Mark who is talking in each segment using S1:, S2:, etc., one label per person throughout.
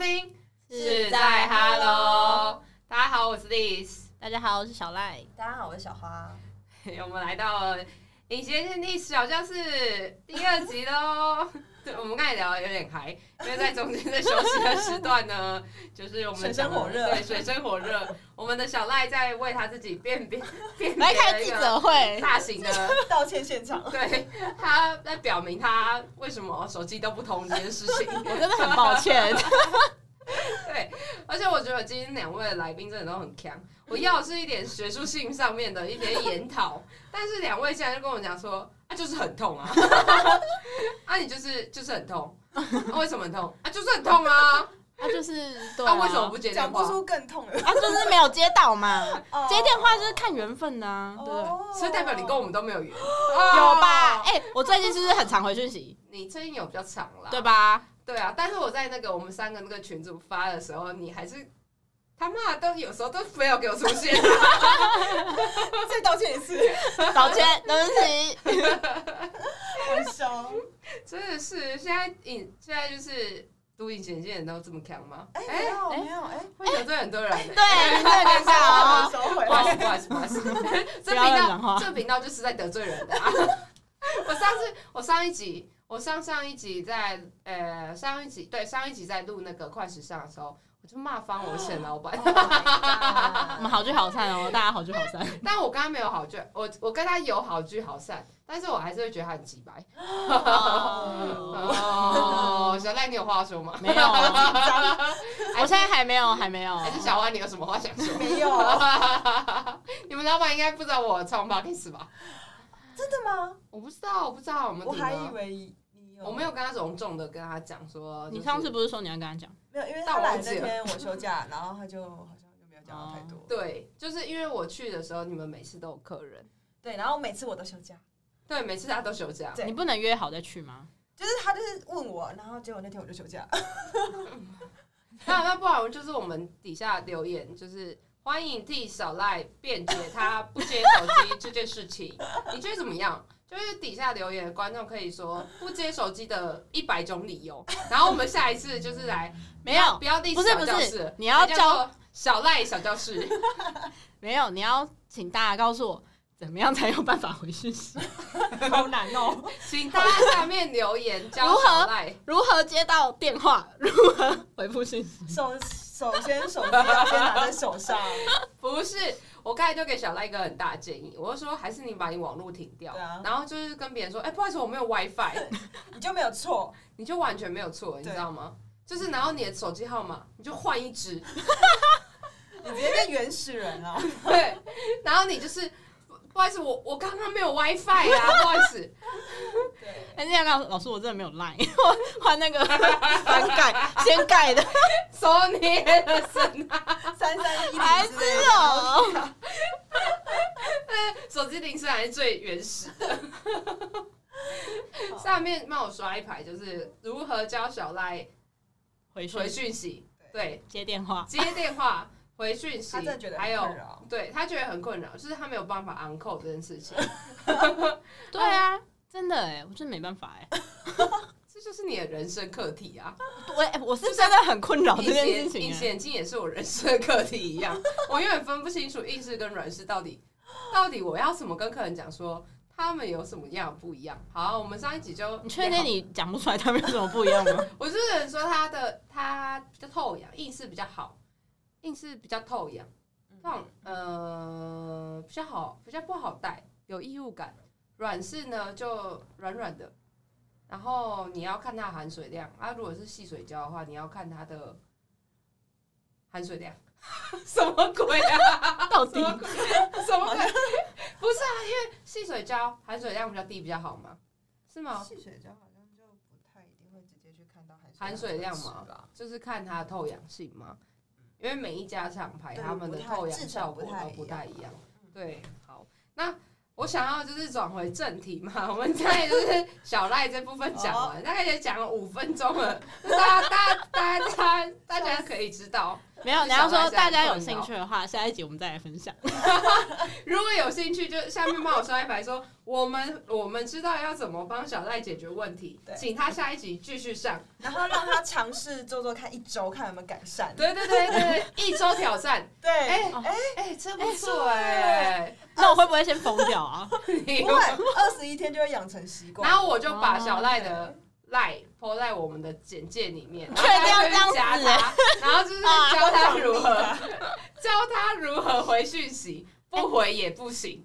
S1: 听，
S2: 是在 Hello。
S1: 大家好，我是 Liz，
S2: 大家好，我是小赖。
S3: 大家好，我是小花。
S1: 我们来到了《隐形人历史》好像是第二集喽。 对，我们刚才聊的有点嗨，因为在中间在休息的时段呢， 就是我们
S3: 水深火热
S1: 对，水深火热。我们的小赖在为他自己辨 别辨
S2: 来
S1: 别
S2: 开
S1: 了
S2: 记
S1: 一个
S2: 者会，
S1: 大型的
S3: 道歉现场，
S1: 对，他在表明他为什么手机都不通这件事情。
S2: 我真的很抱 歉。
S1: 对，而且我觉得今天两位来宾真的都很强。我要的是一点学术性上面的一些研讨，但是两位现在就跟我讲说，啊，就是很痛啊，啊，你就是就是很痛，啊、为什么很痛？啊，就是很痛啊，
S2: 他就是对
S1: 啊，为什么不接
S3: 讲
S1: 电
S3: 不
S1: 话？
S3: 出更痛的。
S2: 他就是没有接到嘛？
S4: 哦
S2: 接电话就是看缘分的啊，对不对？
S3: 哦
S1: 所以代表你跟我们都没有缘，
S2: 有吧？
S1: 哦？
S2: 哎，我最近是不是很常回 讯息？
S1: 你最近有比较长啦，
S2: 对吧？
S1: 对啊，但是我在那个我们三个那个群组发的时候，你还是他妈的都有时候都没有给我出现，
S3: 再道歉一次，
S2: 道歉，对不起。
S3: 很凶。
S1: 真的是现在隐现在就是读隐形眼镜的人都这么强吗？
S3: 哎，没有
S2: 哎
S3: 没有，哎，
S1: 会得罪很多人、欸。
S2: 对，你真的尴尬
S3: 我
S2: 哦。
S3: 收回
S1: 不好意
S3: 来。
S1: 思，不好意思， 不好意思。这频
S2: 不要乱
S1: 道
S2: 讲话
S1: 这频道就是在得罪人的、啊。 我上次我上一集我上上一集在呃上一集对上一集在录那个快时尚的时候，我就骂翻我沈老 板。
S2: 我们好聚好散哦，大家好聚 好散。
S1: 但我跟他没有好聚，我我跟他有好聚好散，但是我还是会觉得他很鸡白。
S2: 哦
S1: 哦，小赖，你有话说吗？
S2: 没有，我
S1: 还
S2: 现
S1: 是
S2: 在还没有，还没有。
S1: 还是小花，你有什么话想说？
S3: 没有，
S1: 你们老板应该不知道我创 p o d c a s 吧？
S3: 真的吗？
S1: 我不知道，我不知道，我们
S3: 我
S1: 听吗
S3: 还以为你有，
S1: 我没有跟他隆重的跟他讲说，
S2: 你上次
S1: 就是
S2: 不是说你要跟他讲？
S3: 没有，因为
S1: 但
S3: 他
S1: 我
S3: 来
S1: 忘记
S3: 那天我休假，然后他就好像就没有讲到太多。
S1: 对，就是因为我去的时候，你们每次都有客人，
S3: 对，然后每次我都休假，
S1: 对，每次他都休 假。
S3: 对
S2: 你不能约好再去吗？
S3: 就是他就是问我，然后结果那 天我就休假。
S1: 那那不然就是我们底下留言，就是欢迎替小赖辩解他不接手机这件事情，你觉得怎么样？就是底下留言的观众可以说不接手机的一百种理由，然后我们下一次就是来
S2: 没有，
S1: 不要第
S2: 不是
S1: 小教
S2: 不是
S1: 室，
S2: 你要
S1: 叫
S2: 教
S1: 做小赖小教室，
S2: 没有，你要请大家告诉我怎么样才有办法回讯息， 好难哦。
S1: 请大家下面留言教
S2: 如何
S1: 小赖。
S2: 如何接到电话？如何回复讯 息？
S3: 首首先手机要先拿在手上，
S1: 不是，我刚才就给小赖一个很大的建议，我就说还是你把你网络停掉，
S3: 对啊
S1: 然后就是跟别人说，哎、不好意思，我没有 WiFi。
S3: 你就没有错。
S1: 你就完全没有错，你知
S3: 对
S1: 道吗？就是然后你的手机号码，你就换一支，
S3: 你直接变原始人了。
S1: 对，然后你就是不不好意思，我我刚刚没有 WiFi 啊，不好意思，
S3: 对，
S2: 但哎是要告诉老师，我真的没有 line，我 换那个翻盖 先盖的，
S1: 手捏的神啊，
S3: 三三一
S2: 还
S3: 零
S2: 是
S3: 之类的。
S2: 哦。
S1: 手机铃声还是最原始的。下面帮我刷一排，就是如何教小赖回
S2: 回讯息
S1: 讯息，对，
S2: 接电话，
S1: 接电话、回讯息
S3: 他真的觉，得
S1: 还
S3: 很困
S1: 有。
S3: 扰。
S1: 对他觉得很困扰，就是他没有办法 uncle 这件 事情，
S2: 对啊，真的哎，我真的没办法哎，
S1: 这就是你的人生课题啊。
S2: 我哎我是真的很困扰这件事情
S1: 隐
S2: 哎。
S1: 形眼镜也是我人生的课题一样， 我永远分不清楚硬式跟软式到底到底我要怎么跟客人讲说他们有什么样不一样。好，我们上一集就
S2: 你确定你讲不出来他们有什么不一样 吗？
S1: 我就是人说他的他比较透氧，硬式比较好，硬式比较透氧，这种呃比较好，比较不好带，有异物感。软式呢就软软的，然后你要看它的含水量啊。如果是细水胶的话，你要看它的含水量。 什么鬼啊！
S2: 到
S1: 什
S2: 底
S1: 么鬼？什么鬼？不是啊，因为细水胶含水量比较低，比较好嘛，是吗？
S3: 细水胶好像就不太一定会直接去看到
S1: 含
S3: 含
S1: 水
S3: 水
S1: 量
S3: 的
S1: 嘛
S3: 值吧？
S1: 就是看它的透氧性嘛，因为每一家厂牌
S3: 对
S1: 他们的
S3: 不太
S1: 透氧
S3: 至
S1: 效
S3: 少
S1: 果
S3: 不太
S1: 都不太
S3: 一
S1: 一
S3: 样
S1: 样。对，好，那我想要就是转回正题嘛，我们现在就是小赖这部分讲
S3: 哦
S1: 完，大概也讲了五分钟了，大家大家大家大家大家可以知道，
S2: 没有，你要
S1: 小
S2: 说
S1: 孩子
S2: 大家有
S1: 很困
S2: 兴
S1: 扰
S2: 趣的话，下一集我们再来分享。
S1: 如果有兴趣，就下面帮我刷一排说我们我们知道要怎么帮小赖解决问题
S4: 对，
S1: 请他下一集继 续上。
S4: 然后让他尝试做做看一周，看有没有改善。
S1: 对对对对，一周挑 战，
S4: 对，
S1: 哎
S2: 哦
S1: 哎，这不错哎，
S2: 那我会不会先疯掉啊？
S1: 你
S4: 不会，二十一天就会养成习惯
S1: 然。后我就把小赖的赖抛在我们的简介里面，然后
S2: 哦确定要
S1: 大家就
S2: 这样
S1: 夹
S2: 子啊
S1: 他，然后就是教他如何教他如何回讯息，不回也不行。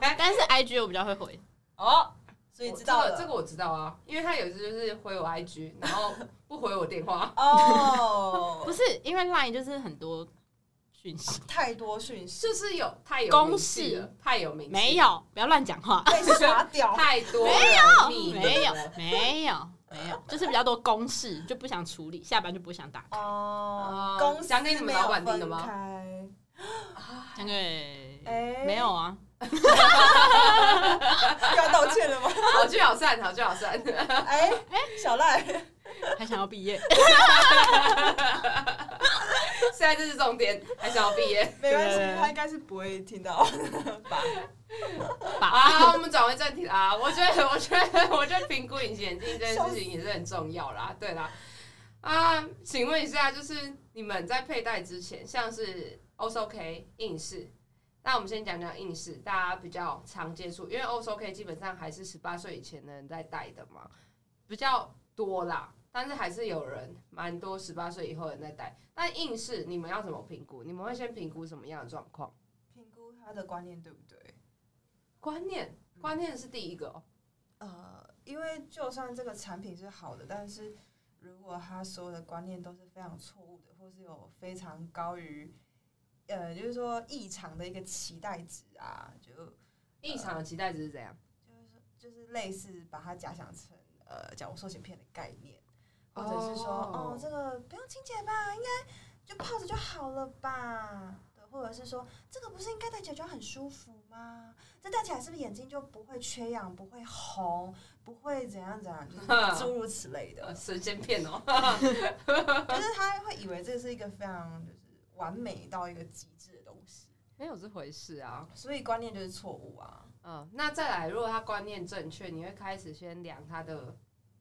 S2: 但是 IG 我比较会回，
S1: 哦，
S4: 所以知道
S1: 这
S4: 了，
S1: 个这个我知道啊，因为他有一次就是回我 IG，然后不回我电话
S4: 哦，
S2: 不是因为 Line 就是很多讯息，
S4: 太多讯息
S1: 就是有太有
S2: 公
S1: 名气了，太有名气，
S2: 没有，不要乱讲话，
S4: 被刷掉。
S1: 太多人密了
S2: 没有，没有，没有，就是比较多公事就不想处理，下班就不想打开，
S1: 哦，
S4: 哦公司
S1: 讲给你们老板
S4: 没有
S1: 听的吗
S4: 分开？
S2: 讲给
S4: 哎，
S2: 没有啊，
S4: 要道歉了吗？
S1: 好聚好散，好聚好散。
S4: 哎哎，小赖，
S2: 还想要毕业，
S1: 现在这是重点，还想要毕业。
S4: 没关系
S2: 对，
S4: 他应该是不会听到吧？
S1: 啊，我们转回正题啦。我觉得，我觉得，我觉得评估隐形眼镜这件事情也是很重要啦。对啦，啊，请问一下，就是你们在佩戴之前，像是 o s o K 硬式，那我们先讲讲硬式，大家比较常接触，因为 o s o K 基本上还是十八岁以前的人在戴的嘛，比较多啦。但是还是有人蛮多十八岁以后的人在戴，但硬式你们要怎么评估？你们会先评估什么样的状况？
S4: 评估他的观念对不对？
S1: 观念，观念是第一个哦、
S4: 呃，因为就算这个产品是好的，但是如果他所有的观念都是非常错误的，或是有非常高于呃，就是说异常的一个期待值啊，就
S1: 异常的期待值是怎样？
S4: 就是就是类似把它假想成呃，假如缩写片的概念，或者是说哦
S1: 哦
S4: 这个不用清洁吧，应该就泡着就好了吧。对，或者是说，这个不是应该戴起来就很舒服吗？这戴起来是不是眼睛就不会缺氧、不会红、不会怎样怎样，就是诸如此类的
S1: 呃，。神仙片哦，
S4: 就是他会以为这是一个非常就是完美到一个极致的东西，
S1: 没有这回事啊。
S4: 所以观念就是错误啊。
S1: 嗯，那再来，如果他观念正确，你会开始先量他的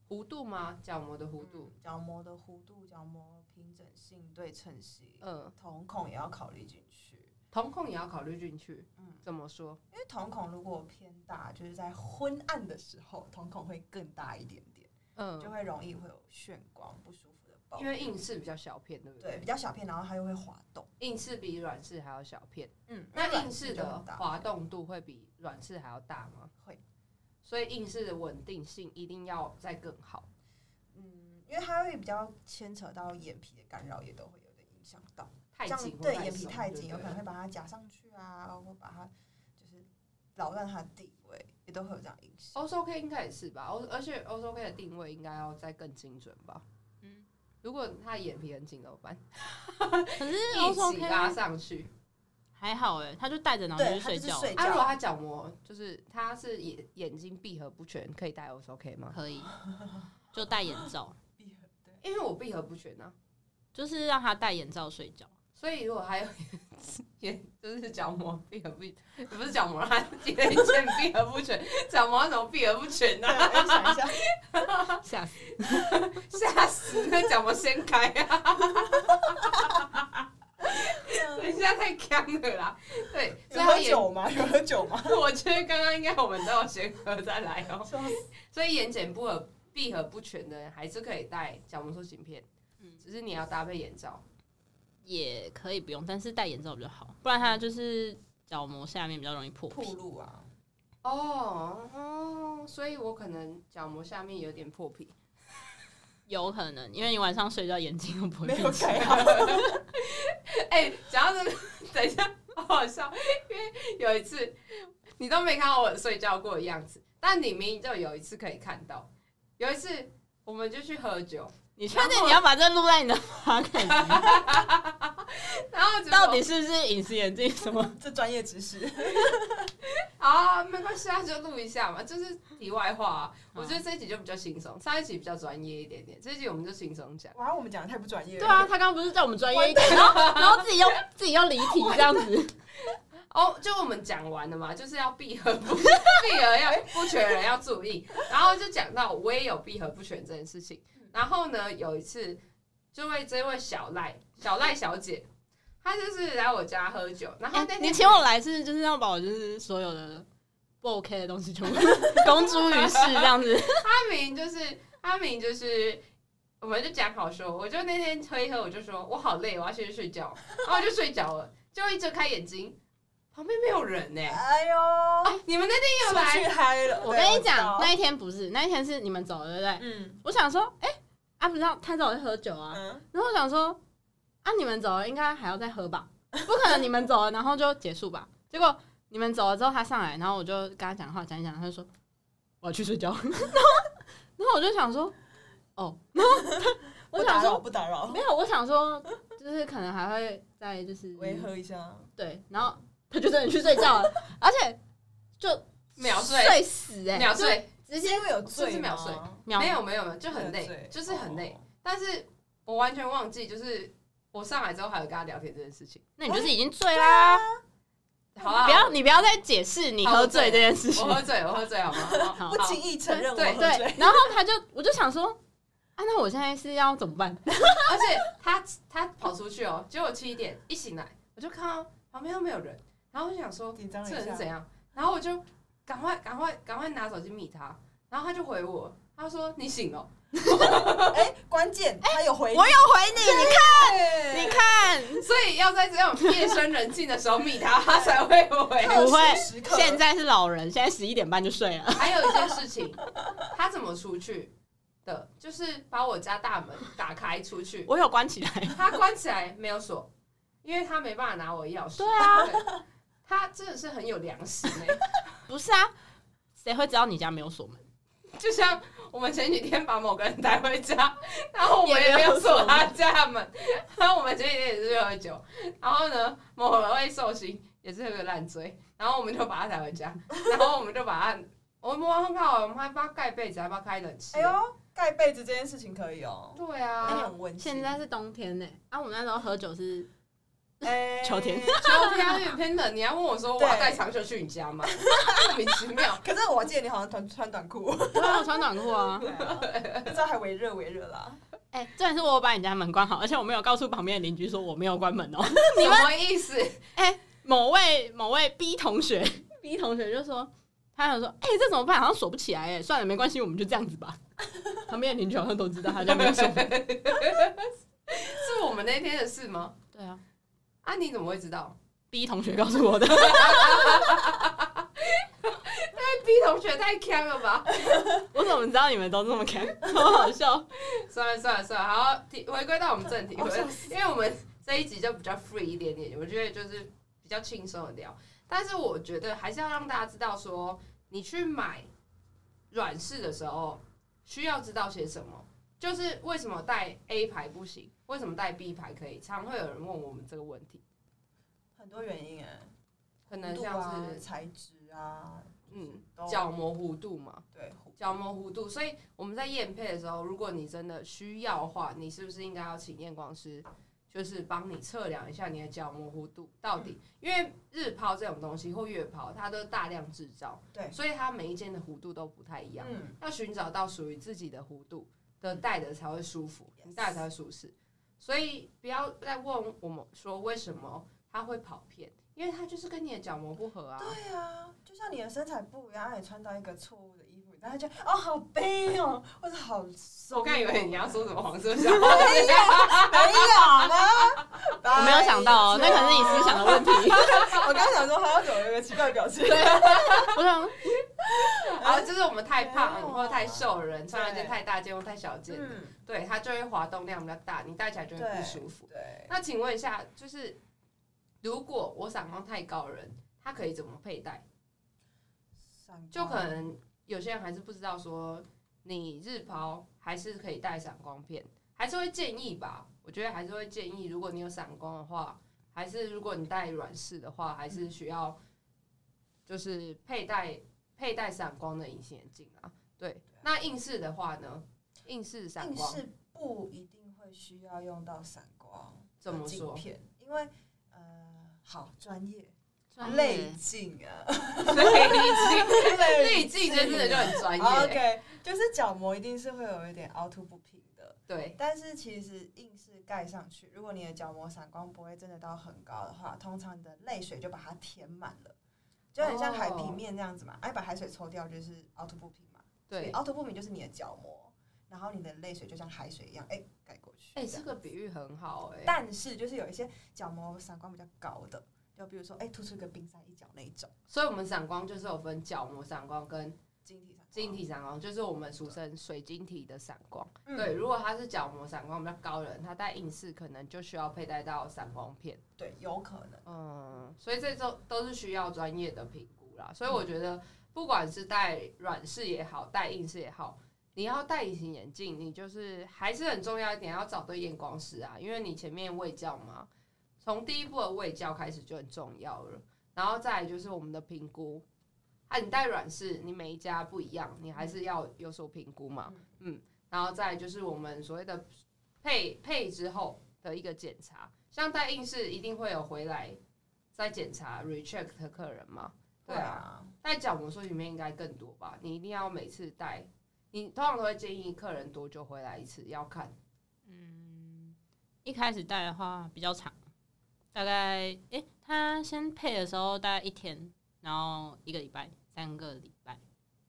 S1: 弧度吗？角膜的弧度。
S4: 嗯角膜的弧度、角膜平整性、对称性，
S1: 嗯，
S4: 瞳孔也要考虑进去。
S1: 瞳孔也要考虑进去。
S4: 嗯，
S1: 怎么说？
S4: 因为瞳孔如果偏大，就是在昏暗的时候，瞳孔会更大一点点，就
S1: 嗯，
S4: 会容易会有眩光、不舒服的爆
S1: 因。为硬式比较小片，对不
S4: 对，
S1: 对？
S4: 比较小片，然后它又会滑动。
S1: 硬式比软式还要小片，
S4: 嗯
S1: 那硬式
S4: 就
S1: 的
S4: 很大
S1: 滑动度会比软式还要大吗？
S4: 会，
S1: 所以硬式的稳定性一定要再更好。
S4: 嗯，因为它会比较牵扯到眼皮的干扰，也都会有点影响到。
S1: 太
S4: 这
S1: 紧
S4: 样
S1: 或
S4: 对
S1: 太
S4: 眼皮
S1: 松
S4: 太
S1: 对不
S4: 紧，有可
S1: 对
S4: 能会把它夹上去啊，或把它就是扰乱它的地位，也都会有这样影响。
S1: O S O K 应该也是吧，O 而且 O S O K 的定位应该要再更精准吧。
S2: 嗯，
S1: 如果他眼皮很紧怎么办？
S2: 可是
S1: 一
S2: also
S1: 起拉
S2: OK
S1: 上去。
S2: 还好哎，他就带着然后就
S4: 对
S2: 去
S4: 他就
S2: 睡
S4: 是
S2: 觉了，
S4: 睡
S1: 啊，如果
S4: 觉，
S1: 啊他角膜就是他是眼眼睛闭合不全，可以戴 O S O K 吗？
S2: 可以，就戴眼罩，
S4: 闭合对，
S1: 因为我闭合不全啊，
S2: 就是让他戴眼罩睡觉。
S1: 所以如果还有 眼就是角膜闭合不不是角膜，他眼睛闭合不全，角膜怎么闭合不全呢、
S4: 对，我也想一下，
S2: 吓死！
S1: 吓死！那角膜掀开啊！等一下太呛了啦，对， 所以他
S4: 有喝
S1: 眼
S4: 酒吗？有喝酒 吗？
S1: 我觉得刚刚应该我们都要先喝再来哦。
S4: 笑死
S1: 所以眼睑不合、闭合不全的人还是可以戴角膜塑形片，
S2: 嗯
S1: 只是你要搭配眼罩。
S2: 也可以不用，但是戴眼罩比较好，不然它就是角膜下面比较容易破
S4: 铺
S2: 皮。
S4: 路啊，
S1: 哦哦，所以我可能角膜下面有点破皮，
S2: 有可能，因为你晚上睡觉眼睛都不会
S4: 没有
S2: 闭起来。
S4: 改好。啊
S1: 哎、讲到这个，等一下，好好笑，因为有一次你都没看到我睡觉过的样子，但你明明就有一次可以看到，有一次我们就去喝酒，
S2: 你确定你要把这录在 你
S4: 哦
S2: 的 podcast 里
S1: 然后结果
S2: 到底是不是隐形眼镜什么？
S4: 这专业知识，
S1: 啊，啊，没关系啊，就录一下嘛，就是题外话、啊。
S2: 嗯
S1: 我觉得这一集就比较轻松，上一集比较专业一点点，这一集我们就轻松讲。
S4: 哇，我们讲的太不专业了。
S2: 对啊，，他刚刚不是叫我们专业一点，然后 然后自己又自己又离题这样子，
S1: 哦，就我们讲完了嘛，就是要闭合不 闭合要不全人要注意，然后就讲到我也有闭合不全这件事情。然后呢，有一次，这位这位小赖小赖小姐，她就是来我家喝酒，然后那天
S2: 哎你请我来是就是要把我就是所有的不 OK 的东西全部 公诸于世这样子。
S1: 阿明就是阿明就是，我们就讲好说，我就那天喝一喝，我就说我好累，我要先去睡觉，然后我就睡着了，就一睁开眼睛，旁边没有人呢、
S4: 哎呦，
S1: 啊，你们那天有
S4: 出去
S1: 来？
S4: 嗨了。
S2: 我
S4: 对
S2: 跟你讲，，
S4: 知道
S2: 那一天不是，那一天是你们走了，对不对？
S4: 嗯
S2: 我想说，哎、啊，不知道他早就喝酒啊，
S4: 嗯，
S2: 然后我想说，啊，你们走了应该还要再喝吧，不可能你们走了然后就结束吧。结果你们走了之后，他上来，然后我就跟他讲话，讲一讲，他就说我要去睡觉， 然后然后我就想说，哦， 然后
S4: 不
S2: 我想
S4: 打扰，
S2: 说
S4: 不打扰，
S2: 没有，我想说就是可能还会再就是
S4: 维和一下。
S2: 对，然后他就真的去睡觉了，而且就
S1: 秒睡
S2: 睡死哎、
S1: 秒睡，
S2: 直
S4: 是
S2: 接
S4: 因为有
S1: 是
S4: 醉
S1: 秒
S4: 吗
S1: 睡
S2: 秒
S1: 没有没有没有，就
S4: 有
S1: 很累
S4: 醉，
S1: 就是很累。
S4: 哦
S1: 但是我完全忘记，就是我上来之后还有跟他聊天这件事情。
S2: 那你就是已经醉啦、
S1: 好啦，
S2: 不要你不要再解释你喝醉这件事情
S1: 啊我。喝醉，我喝醉好吗？好好
S4: 哦不
S1: 好
S4: 轻易承认我
S1: 对
S4: 喝
S2: 对
S4: 醉，，
S2: 然后他就我就想说，啊，那我现在是要怎么 办？
S1: 而且他他跑出去哦，结果七点一醒来，我就看到旁边又没有人，然后我就想说
S4: 紧张了
S1: 这人是
S4: 一
S1: 怎
S4: 下。
S1: 样，然后我就赶快赶快赶快拿手机密他，然后他就回我，他说你醒 了，
S4: 哎，关键他有回
S2: 我
S4: 你，
S2: 有啊回你，
S4: 对
S2: 你看，你 看，
S1: 所以要在这种夜深人静的时候密他，他才会回。
S2: 不会
S4: 特殊时刻
S2: 现在是老人，现在十一点半就睡了。
S1: 还有一件事情，他怎么出去的？就是把我家大门打开出去，
S2: 我有关起来，
S1: 他关起来没有锁，因为他没办法拿我钥匙。
S2: 对啊
S1: 对，他真的是很有良心哎、
S2: 不是啊，谁会知道你家没有锁门？
S1: 就像我们前几天把某个人带回家，然后我们
S2: 也
S1: 也没有
S2: 没有
S1: 锁
S2: 锁
S1: 他家门，然后我们前几天也是去喝酒，然后呢，某人会寿星也是喝个烂醉，然后我们就把他带回家，然后我们就把他，我们很好，我们还帮他盖被子，还帮他开冷气
S4: 哎。呦，盖被子这件事情可以哦，
S1: 对
S4: 哎
S1: 啊，
S4: 很温馨。
S2: 现在是冬天呢、啊，我们那时候喝酒是
S4: 哎
S2: 秋天
S1: 秋天有点偏冷，你还问我说我要带长袖去你家吗？ 莫名其妙。
S4: 可是我记得你好像穿穿短裤，
S2: 对啊，我穿短裤啊。
S4: 这招还微热微热啦。
S2: 哎、重点是我有把你家门关好，而且我没有告诉旁边的邻居说我没有关门哦、
S1: 什么意思？
S2: 某位某位 B 同学，B 同学就说，他想说，哎、这怎么办？好像锁不起来哎，算了，没关系，我们就这样子吧。 旁边的邻居好像都知道他家没有锁。
S1: 是我们那天的事吗？
S2: 对啊
S1: 啊，你怎么会知道？
S2: ，B 同学告诉我的。
S1: 那 B 同学太坑了吧！
S2: 我怎么知道你们都这么看？ 好好笑。
S1: 算了算了算了，好，提回归到我们正题，
S4: 哦笑
S1: 因为我们这一集就比较 free 一点点，我觉得就是比较轻松的聊。但是我觉得还是要让大家知道说，你去买软式的时候需要知道些什么，就是为什么带 A 牌不行，为什么带 B 牌可以，常会有人问我们这个问题，
S4: 很多原因哎，
S1: 可能
S4: 度
S1: 像
S4: 啊、
S1: 是
S4: 材质啊，
S1: 嗯
S4: 都
S1: 角膜弧度嘛，
S4: 对，
S1: 角膜弧度，所以我们在验配的时候，如果你真的需要的话，你是不是应该要请验光师，就是帮你测量一下你的角膜弧度到底？因为日抛这种东西或月抛，它都大量制造，
S4: 对
S1: 所以它每一间的弧度都不太一样，
S4: 嗯，
S1: 要寻找到属于自己的弧度的戴的才会舒服，
S4: Yes
S1: 你戴的才会舒适。所以不要再问我们说为什么它会跑偏，因为它就是跟你的角膜不合啊。
S4: 对啊，就像你的身材不一样，你穿到一个错误的衣服，然后就哦好悲哦，或者好松哦。
S1: 我刚以为你要说什么黄 色笑话。
S4: 没有没有吗？
S2: 我
S4: 我
S2: 没有想到哦，
S4: 哎
S2: 那可能是你思想的问题。
S4: 我刚想说他要怎么有一个奇怪的表情，
S2: 我想，
S1: 然后就是我们太
S4: 没有
S1: 胖嗯
S4: 啊
S1: 或者太瘦的人，穿了一件
S4: 对
S1: 太大件或太小件的，
S4: 嗯，
S1: 对它就会滑动量比较大，你戴起来就会不舒服。
S4: 对，
S1: 那请问一下，就是如果我散光太高的人，他可以怎么佩戴？就可能有些人还是不知道说，你日抛还是可以戴闪光片，还是会建议吧。我觉得还是会建议，如果你
S4: 嗯
S1: 有散光的话，还是如果你戴软式的话，还是需要。就是佩戴佩戴闪光的隐形眼镜啊。对，那硬式的话呢，硬式闪
S4: 硬
S1: 光
S4: 式不一定会需要用到闪光
S1: 怎么
S4: 镜
S1: 说？
S4: 片，因为呃，好专业，
S2: 专业
S4: 泪镜啊，
S1: 内镜，内镜真的就很专业。
S4: 哦 OK，就是角膜一定是会有一点凹凸不平的，
S1: 对，
S4: 但是其实硬是盖上去，如果你的角膜散光不会真的到很高的话，通常你的泪水就把它填满了，就很像海平面这样子嘛，哎、把海水抽掉就是凹凸不平嘛，
S1: 对
S4: 所以凹凸不平就是你的角膜，然后你的泪水就像海水一样，哎、盖过去，
S1: 哎、
S4: 这
S1: 这
S4: 样
S1: 个比喻很好哎、
S4: 但是就是有一些角膜散光比较高的，就比如说哎、突出一个冰山一角那一种，
S1: 所以我们闪光就是有分角膜闪光跟
S4: 晶体散光
S1: 晶体闪光，就是我们俗称水晶体的闪光。
S4: 嗯
S1: 对，如果它是角膜闪光比较高的人，他戴硬式可能就需要佩戴到闪光片。
S4: 对，有可能。
S1: 嗯，所以这都都是需要专业的评估啦。所以我觉得，不管是戴软式也好，戴硬式也好，你要戴隐形眼镜，你就是还是很重要一点，要找对验光师啊，因为你前面卫教嘛，从第一步的卫教开始就很重要了。然后再来就是我们的评估，啊，你戴软式，你每一家不一样，你还是要有所评估嘛，嗯。然后再来就是我们所谓的配配之后的一个检查，像戴硬式一定会有回来在检查 recheck 的客人嘛？对啊，
S4: 啊，
S1: 戴角膜塑形片应该更多吧？你一定要每次戴，你通常都会建议客人多久回来一次？要看
S2: 嗯，一开始戴的话比较长，大概诶、他先配的时候大概一天，然后一个礼拜，三个礼拜，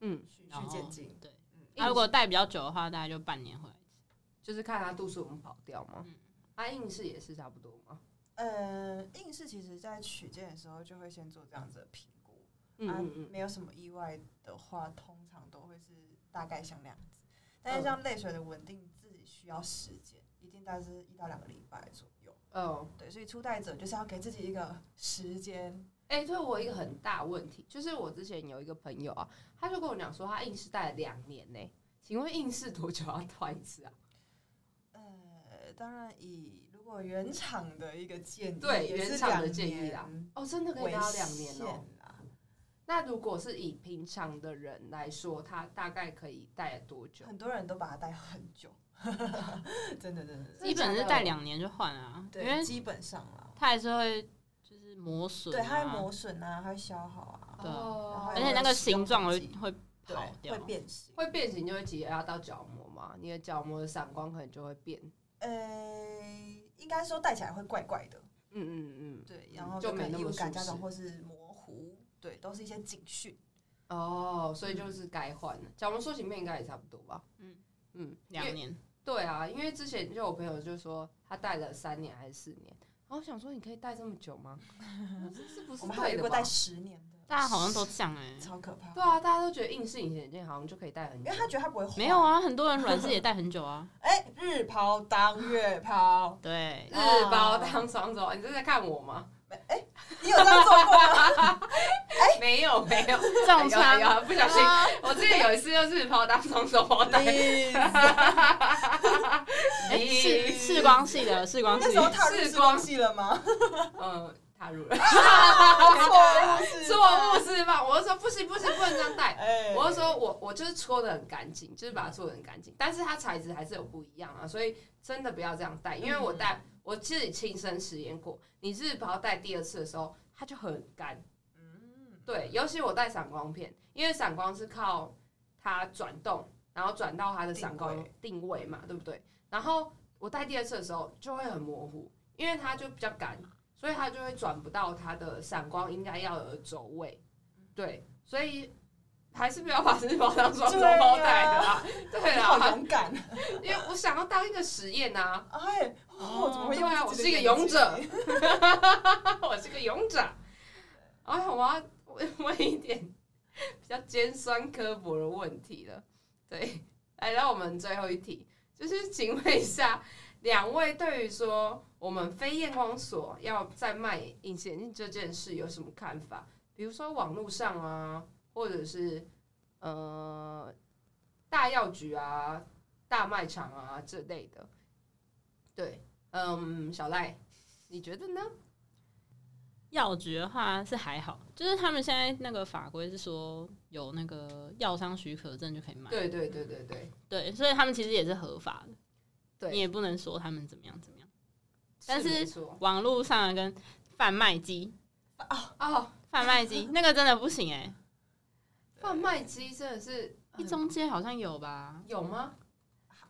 S4: 循
S2: 然
S4: 序
S2: 后
S4: 渐进。
S2: 对，
S4: 嗯
S2: 他、嗯啊如果戴比较久的话，大概就半年回来一次。
S1: 就是看他度数有没有跑掉嘛
S2: 嗯。
S1: 啊，硬式也是差不多嘛。
S4: 呃，硬是其实在取件的时候就会先做这样子的评估，
S1: 嗯
S4: 啊
S1: 嗯，嗯，
S4: 没有什么意外的话，通常都会是大概像那样子。但是
S1: 嗯
S4: 像泪水的稳定，自己需要时间，一定大概是一到两个礼拜左右。
S1: 哦，
S4: 对，所以初代者就是要给自己一个时间。
S1: 哎、对我有一个很大问题，就是我之前有一个朋友啊，他就跟我讲说他硬式戴了两年呢、请问硬式多久要戴一次啊？
S4: 呃，当然以如果原厂的一个建议，
S1: 对
S4: 也是
S1: 原厂的
S4: 两
S1: 建议
S4: 年
S1: 啦哦，真的可以
S4: 为
S1: 戴到两年哦、
S4: 限啦。
S1: 那如果是以平常的人来说，他大概可以戴多久？
S4: 很多人都把它戴很 久，真的真的，真的
S1: 真的
S2: 基本
S1: 假
S2: 是
S1: 的
S2: 戴两年就换啊，因为
S4: 对，基本上啦。
S2: 它还是会就是磨损、啊，
S4: 对，它会磨损啊，它会消耗啊，
S2: 对啊
S1: 哦
S2: 而且那个形状会
S4: 使用
S2: 会
S4: 对
S2: 跑，掉
S4: 会，变形。
S1: 会变形就会挤压到角膜嘛，你的角膜的散光可能就会变。
S4: 呃，应该说戴起来会怪怪的，
S1: 嗯嗯嗯，
S4: 对，然后
S1: 就没
S4: 可能
S1: 那么
S4: 异物感
S1: 舒
S4: 加
S1: 适
S4: 重或是模糊，对，都是一些警讯。
S1: 哦，所以就是该换了。角膜塑形片应该也差不多吧？
S2: 嗯
S1: 嗯，因
S2: 两
S1: 为
S2: 年。
S1: 对啊，因为之前就有朋友就说他戴了三年还是四年，然后我想说你可以戴这么久吗？我说是不是
S4: 我们还有
S1: 对
S4: 一
S1: 的
S4: 个
S1: 吧
S4: 戴？十年的，
S2: 大家好像都这样哎、
S4: 超可怕，
S1: 对啊，大家都觉得硬式隐形眼镜好像就可以戴很
S4: 因
S1: 久
S4: 为，他觉得他不会坏
S2: 没有，啊，很多人软式也戴很久 啊。
S4: 哎，日抛当月抛，
S2: 对，
S1: 日
S4: 哦
S1: 包当双手，你是在看我吗？
S4: 哎你有这样做过吗？哎
S1: 没有没有，哎
S2: 重
S1: 有有
S2: 伤。
S1: 有不小心，
S4: 啊
S1: 我之前有一次就是跑当双手跑 单，
S4: 你
S2: 哎、视视光系的视光系
S4: 那，时候踏入
S1: 视
S4: 时
S1: 光
S4: 光系 了吗？
S1: 嗯，踏入了
S4: 错误是
S1: 错误示范，我就说不行不行，不能这样戴。
S4: 哎，
S1: 我就说我我就是搓的很干净，就是把它搓的很干净，但是它材质还是有不一样啊，所以真的不要这样
S4: 嗯
S1: 戴，因为我戴我自己亲身实验过，你日抛戴第二次的时候，它就很干。
S4: 嗯，
S1: 对，尤其我戴闪光片，因为闪光是靠它转动，然后转到它的闪光
S4: 定
S1: 定位嘛，对不对？然后我戴第二次的时候就会很模糊，因为它就比较干，所以它就会转不到它的闪光应该要有的轴位。对，所以还是不要把日包当双头包戴的啦。对
S4: 啊你好
S1: 啊，
S4: 勇敢。
S1: 因为我想要当一个实验啊，
S4: 哎，
S2: 哦
S4: 哦，怎么会用
S1: 对啊
S4: 自己的
S1: 我是一个
S4: 眼睛？
S1: 我是个勇者。哎，我 要问一点比较尖酸刻薄的问题了。对，来到我们最后一题，就是请问一下，两位对于说我们非验光所要在卖隐形眼镜这件事有什么看法？比如说网络上啊，或者是呃大药局啊、大卖场啊这类的。对，嗯，小赖，你觉得呢？
S2: 药局的话是还好，就是他们现在那个法规是说有那个药商许可证就可以买，
S1: 对对对对对，
S2: 对，所以他们其实也是合法的，
S1: 对
S2: 你也不能说他们怎么样怎么样。但是
S1: 没错
S2: 网络上的跟贩卖机，
S1: 哦，
S2: 贩卖机那个真的不行哎、
S1: 贩卖机真的是
S2: 一中街好像有吧，
S1: 有吗？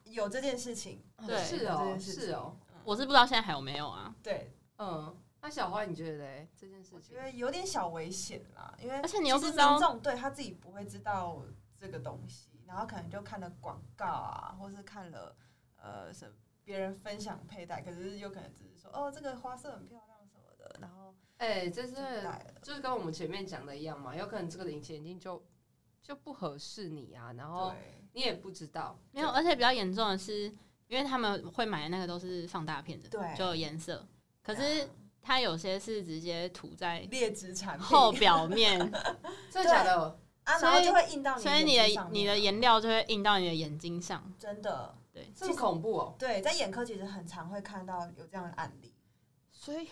S4: 有这件事情，
S2: 对
S1: 是
S4: 嗯有这
S1: 哦，
S4: 件事情
S1: 是哦，
S2: 我是不知道现在还有没有啊。
S4: 对，
S1: 嗯，那小花你觉得嘞？这件事
S4: 我觉
S1: 情
S4: 得有点小危险啦，因为
S2: 而且你又
S4: 其实
S2: 不知道
S4: 民众对他自己不会知道这个东西，然后可能就看了广告啊，或是看了呃什么别人分享佩戴，可是有可能只是说哦这个花色很漂亮什么的，然后
S1: 哎，这
S4: 就是戴了。
S1: 就是跟我们前面讲的一样嘛，有可能这个隐形眼镜就就不合适你啊，然
S2: 哦
S1: 后
S4: 对，
S1: 你也不知道，
S2: 没有，而且比较严重的是，因为他们会买的那个都是放大片的，
S4: 对啊
S2: 就有颜色。可是它有些是直接涂在
S4: 劣质产品
S2: 后 表面，
S1: 真的假的？
S4: 啊，
S2: 所以
S4: 然后就会印到你
S2: 所以你
S4: 眼睛
S2: 的
S4: 上面啊
S2: 你的颜料就会印到你的眼睛上。
S4: 真的
S1: 这么恐怖哦！
S4: 对，在眼科其实很常会看到有这样的案例，
S1: 所以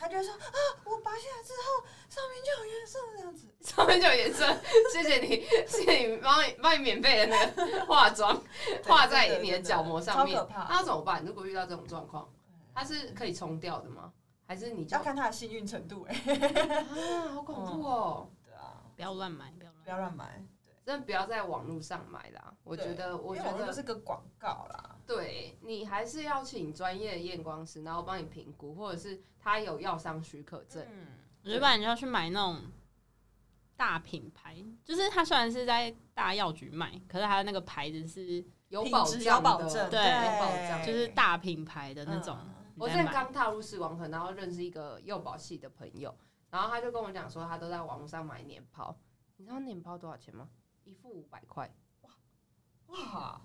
S4: 他就会说啊我拔下来之后上面就有颜色这样子，
S1: 上面就有颜色， 谢谢你，谢谢你帮你帮你免费的那个化妆画在你的角膜上面
S4: 超可，怕
S1: 那要怎么办？如果遇到这种状况，它是可以冲掉的吗？还是你就
S4: 要看他的幸运程度哎、
S1: 啊，好恐怖哦！
S4: 对啊，
S2: 不要乱买，不要乱
S4: 不
S2: 买。
S4: 要乱买。
S1: 真的不要在网络上买啦，我觉得，我
S4: 因
S1: 觉
S4: 为网
S1: 得
S4: 络就是个广告啦，
S1: 对你还是要请专业的验光师，然后帮你评估，或者是他有药商许可证。
S4: 嗯，
S2: 我觉得不然你就要去买那种大品牌，就是它虽然是在大药局卖，可是它的那个牌子是
S1: 有
S4: 品
S1: 保
S4: 质
S1: 障
S4: 有保
S1: 的
S4: 证，
S2: 对
S1: 有保障
S2: 就是大品牌的那种。
S4: 嗯
S1: 我
S2: 你
S1: 之前
S2: 再买
S1: 刚踏入视网课，然后认识一个幼保系的朋友，然后他就跟我讲说，他都在网络上买年抛。你知道年抛多少钱吗？一副五百块，
S4: 哇，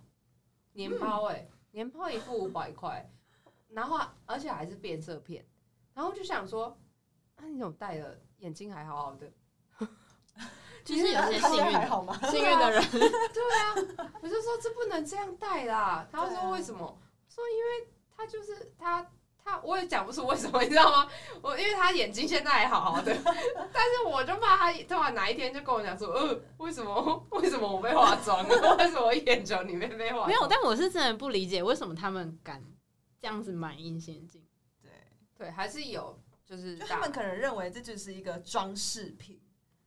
S1: 年抛哎、年抛一副五百块，然后而且还是变色片，然后就想说，啊，你怎么戴了？眼睛还好好的，
S2: 就是有 些
S4: 大
S2: 幸
S4: 家
S2: 运
S4: 还
S2: 的
S4: 好吗？
S2: 幸运的人，
S1: 对啊，我就说这不能这样戴啦。他
S4: 对啊
S1: 说为什么？我说因为他就是他他，我也讲不出为什么，你知道吗？我因为他眼睛现在还好好的，但是我就怕他突然哪一天就跟我讲说，呃，为什么为什么我被化妆 了？为什么我眼球里面被化妆？
S2: 没有，但我是真的不理解为什么他们敢这样子买隐形眼镜。
S4: 对，
S1: 对，还是有，就是
S4: 就他
S1: 大
S4: 们可能认为这就是一个装饰品，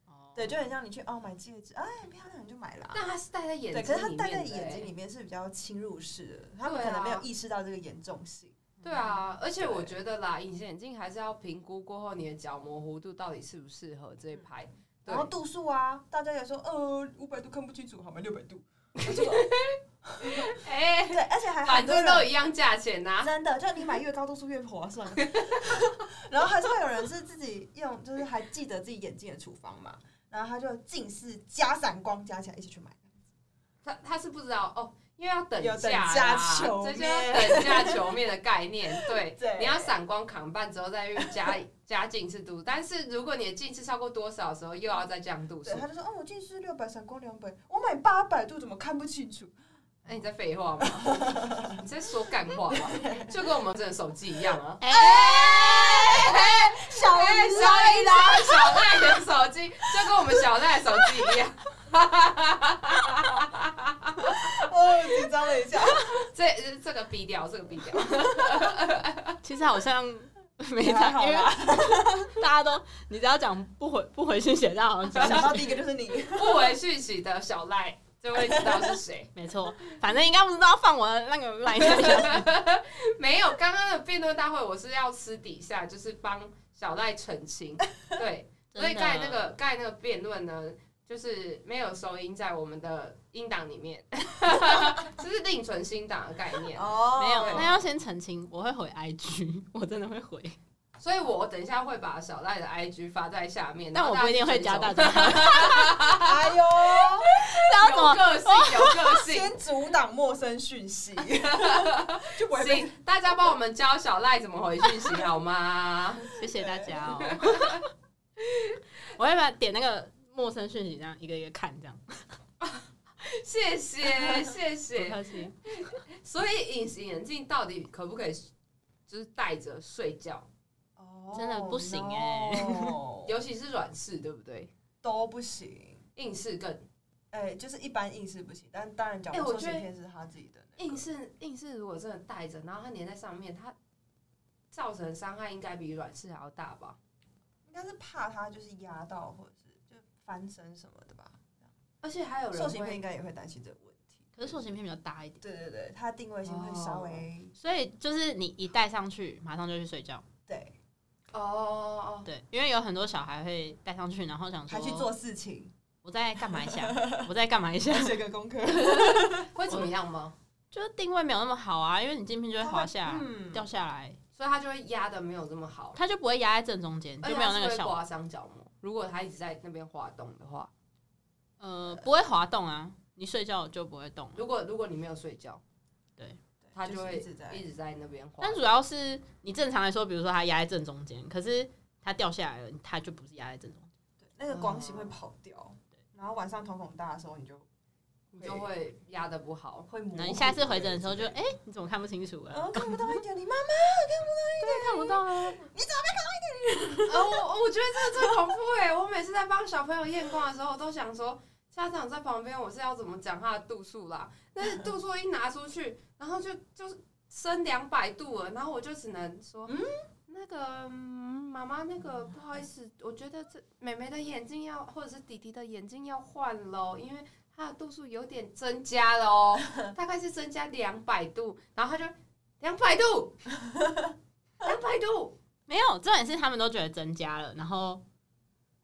S2: 哦
S4: 对，就很像你去哦买戒指，哎，很漂亮你就买啦。
S1: 但他是戴在眼
S4: 对，
S1: 睛，
S4: 可是它戴在
S1: 在
S4: 眼睛
S1: 里欸
S4: 里面是比较侵入式的，他们
S1: 对啊
S4: 可能没有意识到这个严重性。
S1: 对啊，而且我
S4: 对
S1: 觉得啦，隐形眼镜还是要评估过后你的角膜弧度到底适不适合这一排。对
S4: 然后度数啊，大家也说，呃，五百度看不清楚，好吗？六百 度，我就
S1: 哎、
S4: 对，而且还
S1: 反
S4: 很多人
S1: 正都一样价钱
S2: 啊
S1: 啊呐、
S4: 真的，就你买越高度数越划算。 然后还是会有人是自己用，就是还记得自己眼镜的处方嘛，然后他就近视加散光加起来一起去买。
S1: 他他是不知道哦，因为要等
S4: 有等
S1: 价
S4: 价
S1: 啦
S4: 求
S1: 这就
S4: 面
S1: 要等价求面的概念。 对，
S4: 对
S1: 你要散光扛半之后再去加 加近视度，但是如果你的近视超过多少的时候，又要再降度数
S4: 对，。他就说，哦，我近视六百，散光两百，我买八百度怎么看不清楚？
S1: 哎、你在废话 吗？你在说干话吧？就跟我们这个手机一样啊。
S2: 哎、
S4: 小
S1: 哎、小
S4: 赖啦，
S1: 赖的小赖的手机，就跟我们小赖的手机一样。
S4: 哦，紧张了一下。
S1: 这这个低调，这个低调。
S2: 啊其实好像
S4: 还
S2: 没太
S4: 好
S2: 因为
S4: 啦
S2: 大家都你只要讲不回不回信写，大家好像知 道
S4: 想到第一个就是你，
S1: 不回讯息的小赖就会知道是谁。
S2: 没错，反正应该不知道放我的那个 line
S1: 没有，刚刚的辩论大会我是要私底下就是帮小赖澄清，对，所以刚才那个刚才那个辩论呢，就是没有收音在我们的音档里面， 这是另存新档的概念，
S4: 哦
S2: 没有，
S1: 对
S2: 那要先澄清，我会回 IG，我 真的会回，
S1: 所以我等一下会把小赖的 IG 发在下面，
S2: 但我
S1: 然后
S2: 不一定会加大
S1: 大
S2: 家。
S4: 哎呦，
S2: 大家怎
S1: 有
S2: 么
S1: 个性，有个 性。
S4: 先阻挡陌生讯息，就不会被
S1: 行，大家帮我们教小赖怎么回讯息好吗？
S2: 谢谢大家哦。 我会把点那个陌生讯息，这样一个一个看，这样
S1: 谢 谢，谢
S2: 不
S1: 谢。
S2: 客气。
S1: 所以隐形眼镜到底可不可以就是戴着睡觉？
S2: 真的不行欸
S4: no
S1: 尤其是软式，对不对？
S4: 哦都不行。
S1: 硬式更
S4: 哎、就是一般硬是不行，但当然角
S1: 哎
S4: 膜
S1: 我
S4: 塑
S1: 觉得
S4: 形片是他自己的、那个
S1: 硬式硬式，如果真的戴着，然后它粘在上面，它造成的伤害应该比软式还要大吧？
S4: 应该是怕他就是压到或者是就翻身什么的吧。
S1: 而且还有人
S4: 塑形片
S1: 会
S4: 应该也会担心这个问题。
S2: 可是塑形片比较大一点，
S4: 对对对，它定位性会稍微、
S2: 所以就是你一戴上去，马上就去睡觉。
S4: 对，
S1: 哦哦哦，
S2: 对，因为有很多小孩会戴上去，然后想说
S4: 还去做事情，
S2: 我在干嘛一下，我在干嘛一下，
S4: 还学个功课，
S1: 哦会怎么样吗？
S2: 就是定位没有那么好啊，因为你镜片就会滑下、
S4: 嗯，
S2: 掉下来，
S1: 所以它就会压的没有这么好，
S2: 它就不会压在正中间，
S1: 而
S2: 就
S1: 且
S2: 没有
S1: 它
S2: 那
S1: 是
S2: 个
S1: 会
S2: 效果。
S1: 刮伤角膜。如果它一直在那边滑动的话，
S2: 呃，不会滑动啊，你睡觉就不会动了。
S1: 如果如果你没有睡觉，
S4: 对
S1: 它
S4: 就
S1: 会
S4: 是一直在
S1: 一直在那边滑
S2: 但。主要是你正常来说，比如说它压在正中间，可是它掉下来了，它就不是压在正中间。
S4: 对那个光型会跑掉，然后晚上瞳孔大的时候你就
S1: 你就会压的不好。
S4: 会模糊。
S2: 那你下次回诊的时候就，
S4: 对
S2: 哎、你怎么看不清楚啊
S4: 然
S2: 了？
S4: 后看不到一点，你妈
S2: 看不到啊。
S1: 啊，我我觉得这个最恐怖哎！我每次在帮小朋友验光的时候，我都想说，家长在旁边，我是要怎么讲他的度数啦？但是度数一拿出去，然后就就是升两百度了，然后我就只能说，嗯，那个嗯妈妈、那个不好意思，我觉得这妹妹的眼镜要，或者是弟弟的眼镜要换喽，因为他的度数有点增加了哦，大概是增加两百度，然后他就两百度，两百度。
S2: 没有，重点是他们都觉得增加了，然后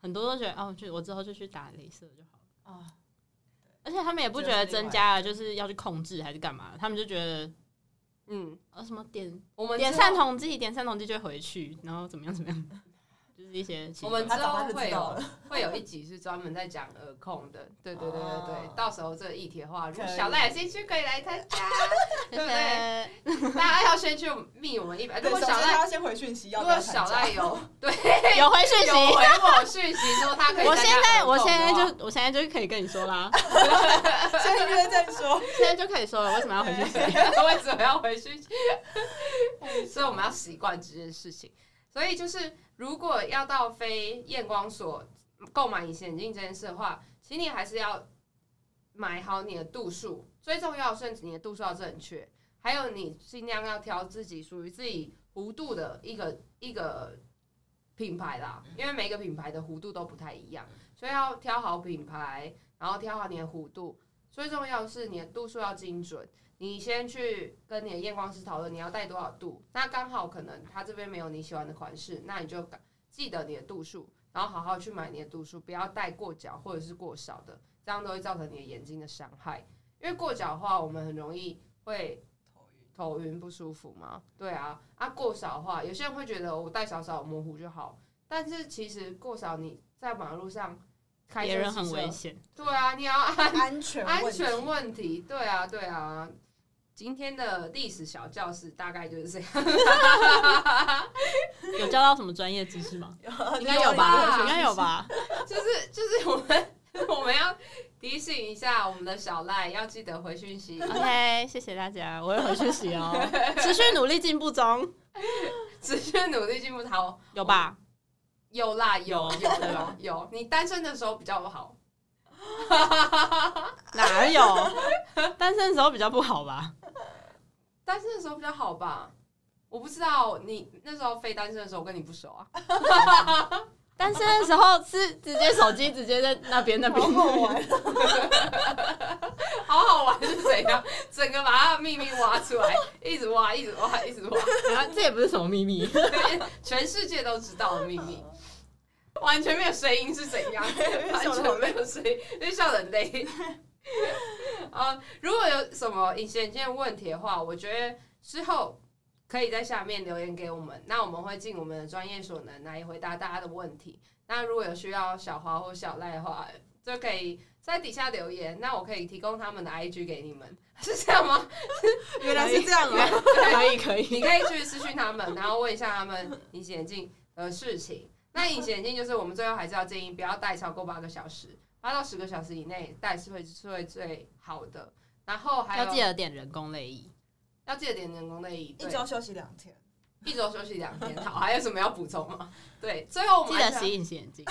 S2: 很多都觉得哦，就我之后就去打镭射就好了。
S4: 啊，
S2: 而且他们也不觉得增加了就是要去控制还是干嘛，他们就觉得
S1: 嗯，
S2: 呃什么点哦
S1: 我们
S2: 点
S1: 之后
S2: 散瞳剂，点散瞳剂就会回去，然后怎么样怎么样，就是一些奇
S1: 我
S2: 怪
S1: 们
S4: 他
S1: 之
S4: 早
S1: 后
S4: 上就
S1: 会
S4: 知道
S1: 有
S4: 了，
S1: 会有一集是专门在讲耳控 的，对对对对对
S4: 哦，
S1: 到时候这个议题的话，如果
S4: 可以
S1: 小赖有兴趣可以来参加，
S2: 谢
S1: 对不
S2: 谢
S1: 对大家要先去密我们一百。哎如
S4: 对，
S1: 果
S4: 首
S1: 小
S4: 先
S1: 赖
S4: 他要先回讯息，要
S1: 如
S4: 不要
S1: 果
S4: 参加
S1: 小赖有对
S2: 有回讯
S1: 有
S2: 息。
S1: 回我讯息说他可以
S2: 我
S1: 参
S2: 现
S1: 加
S2: 在，
S1: 耳控
S2: 我
S1: 的
S2: 现在
S1: 话
S2: 就，我现在就可以跟你说 啦，
S4: 先约再说，
S2: 现在就可以说了，为什么要回讯息？
S1: 为什么要回讯息？ 所以我们要习惯这件事情。所以就是，如果要到非验光所购买隐形眼镜这件事的话，请你还是要买好你的度数，最重要的是你的度数要正确，还有你尽量要挑自己属于自己弧度的一个一个品牌啦，因为每个品牌的弧度都不太一样，所以要挑好品牌，然后挑好你的弧度。最重要的是你的度数要精准。你先去跟你的验光师讨论你要带多少度，那刚好可能他这边没有你喜欢的款式，那你就赶记得你的度数，然后好好去买你的度数，不要带过角或者是过少的，这样都会造成你的眼睛的伤害。因为过角的话，我们很容易会头晕不舒服嘛。对啊，啊过少的话，有些人会觉得我戴少少模糊就好，但是其实过少你在马路上开车
S2: 别人很
S1: 骑车
S2: 危险，
S1: 对啊，你要按
S4: 安全
S1: 安
S4: 问题
S1: 全问题，对啊，对啊。今天的历史小教室大概就是这样，
S2: 有教到什么专业知识吗？应该
S1: 有
S2: 有吧，
S1: 啦
S2: 应该有吧。
S1: 就是就是我们 我们要提醒一下我们的小赖，要记得回讯 息
S2: OK，谢谢大家，我有回讯息哦，持续努力进步中，
S1: 持续努力进步。好，
S2: 有吧？
S1: 有啦，有有有 有，你单身的时候比较不好，
S2: 哪有？单身的时候比较不好吧？
S1: 单身的时候比较好吧？我不知道你那时候非单身的时候，我跟你不熟啊。
S2: 单身的时候是直接手机直接在那边那边，
S4: 好玩，
S1: 好好玩是怎样？整个把他的秘密挖出来，一直挖，一直挖，一直挖，
S2: 然后这也不是什么秘密。
S1: 全世界都知道的秘密。完全没有声音是 怎样？完全没有声音，因为笑得很累。啊，如果有什么隐形眼镜的问题的话，我觉得之后可以在下面留言给我们，那我们会尽我们的专业所能来回答大家的问题。那如果有需要小华或小赖的话，就可以在底下留言，那我可以提供他们的 IG 给你们， 是这样吗？
S4: 原来是这样啊，
S2: 可以可
S1: 你
S2: 以，
S1: 可以去私讯他们，然后问一下他们隐形眼镜的事情。那隐形眼镜就是我们最后还是要建议不要戴超过八个小时，八到十个小时以内戴是会是会最好的。然后还有
S2: 要记得点人工泪液。
S1: 要记得点人工内衣，
S4: 一
S1: 对
S4: 周休息两天，
S1: 一周休息两天。好，还有什么要补充吗？对，最后我
S2: 记
S1: 们
S2: 得
S1: 还是
S2: 洗隐形眼镜。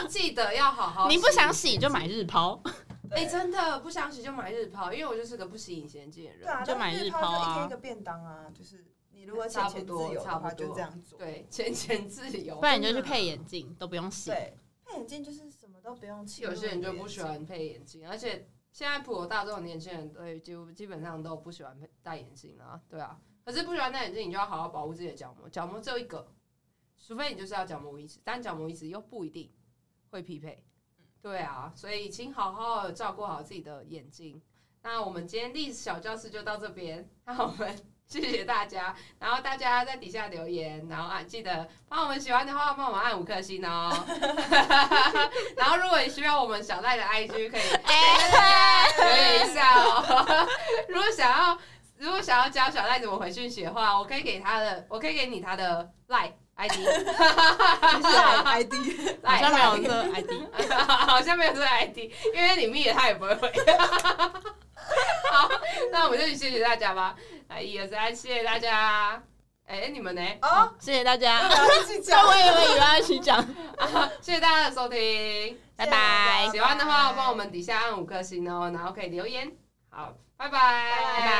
S1: 要记得要好哦好。
S2: 你不想洗就。买日抛，
S1: 哎、真的不想洗就买日抛，因为我就是个不洗隐形眼镜的
S4: 对
S1: 人。
S4: 啊，
S2: 就买
S4: 但是
S2: 日
S4: 它
S2: 抛
S4: 就一
S2: 啊
S4: 天一个便当啊，就是你如果
S1: 差
S4: 钱
S1: 不
S4: 钱
S1: 多
S4: 自由
S1: 差
S4: 的
S1: 不
S4: 话，就
S1: 多
S4: 这样做。
S1: 对，钱钱自由
S2: 不。然你就去配眼镜，都不用洗。
S4: 对，配眼镜就是什么都不用气，
S1: 有些人就不喜欢配眼镜，而且现在普罗大众的年轻人，对，就基本上都不喜欢配戴眼镜啊，对啊。可是不喜欢戴眼镜，你就要好好保护自己的角膜，角膜只有一个，除非你就是要角膜移植，但角膜移植又不一定会匹配，对啊。所以请好好地照顾好自己的眼睛。那我们今天历史小教室就到这边，那我们谢谢大家，然后大家在底下留言，然后按啊记得帮我们喜欢的话，帮我们按五颗星哦。然后如果你需要我们小赖的 IG，可以
S2: 哎，
S1: 留言一下哦。如果想要如果想要教小赖怎么回讯息的话，我可以给他的，我可以给你他的赖 ID，
S4: ID，
S2: 好像
S1: 赖
S2: 没有这个 ID。
S1: 好像没有这个 ID，因为你密了他也不会回。好，那我们就谢谢大家吧，来一二三，谢谢大家。哎、你们呢？
S4: 哦，
S2: 谢谢大家。
S4: 不要自 己讲
S2: 但 我以为你要一起讲，
S1: 谢谢大家的收听。
S2: 拜拜。
S1: 喜欢的话，帮我们底下按五颗星哦，然后可以留言。好，拜拜，
S2: 拜拜。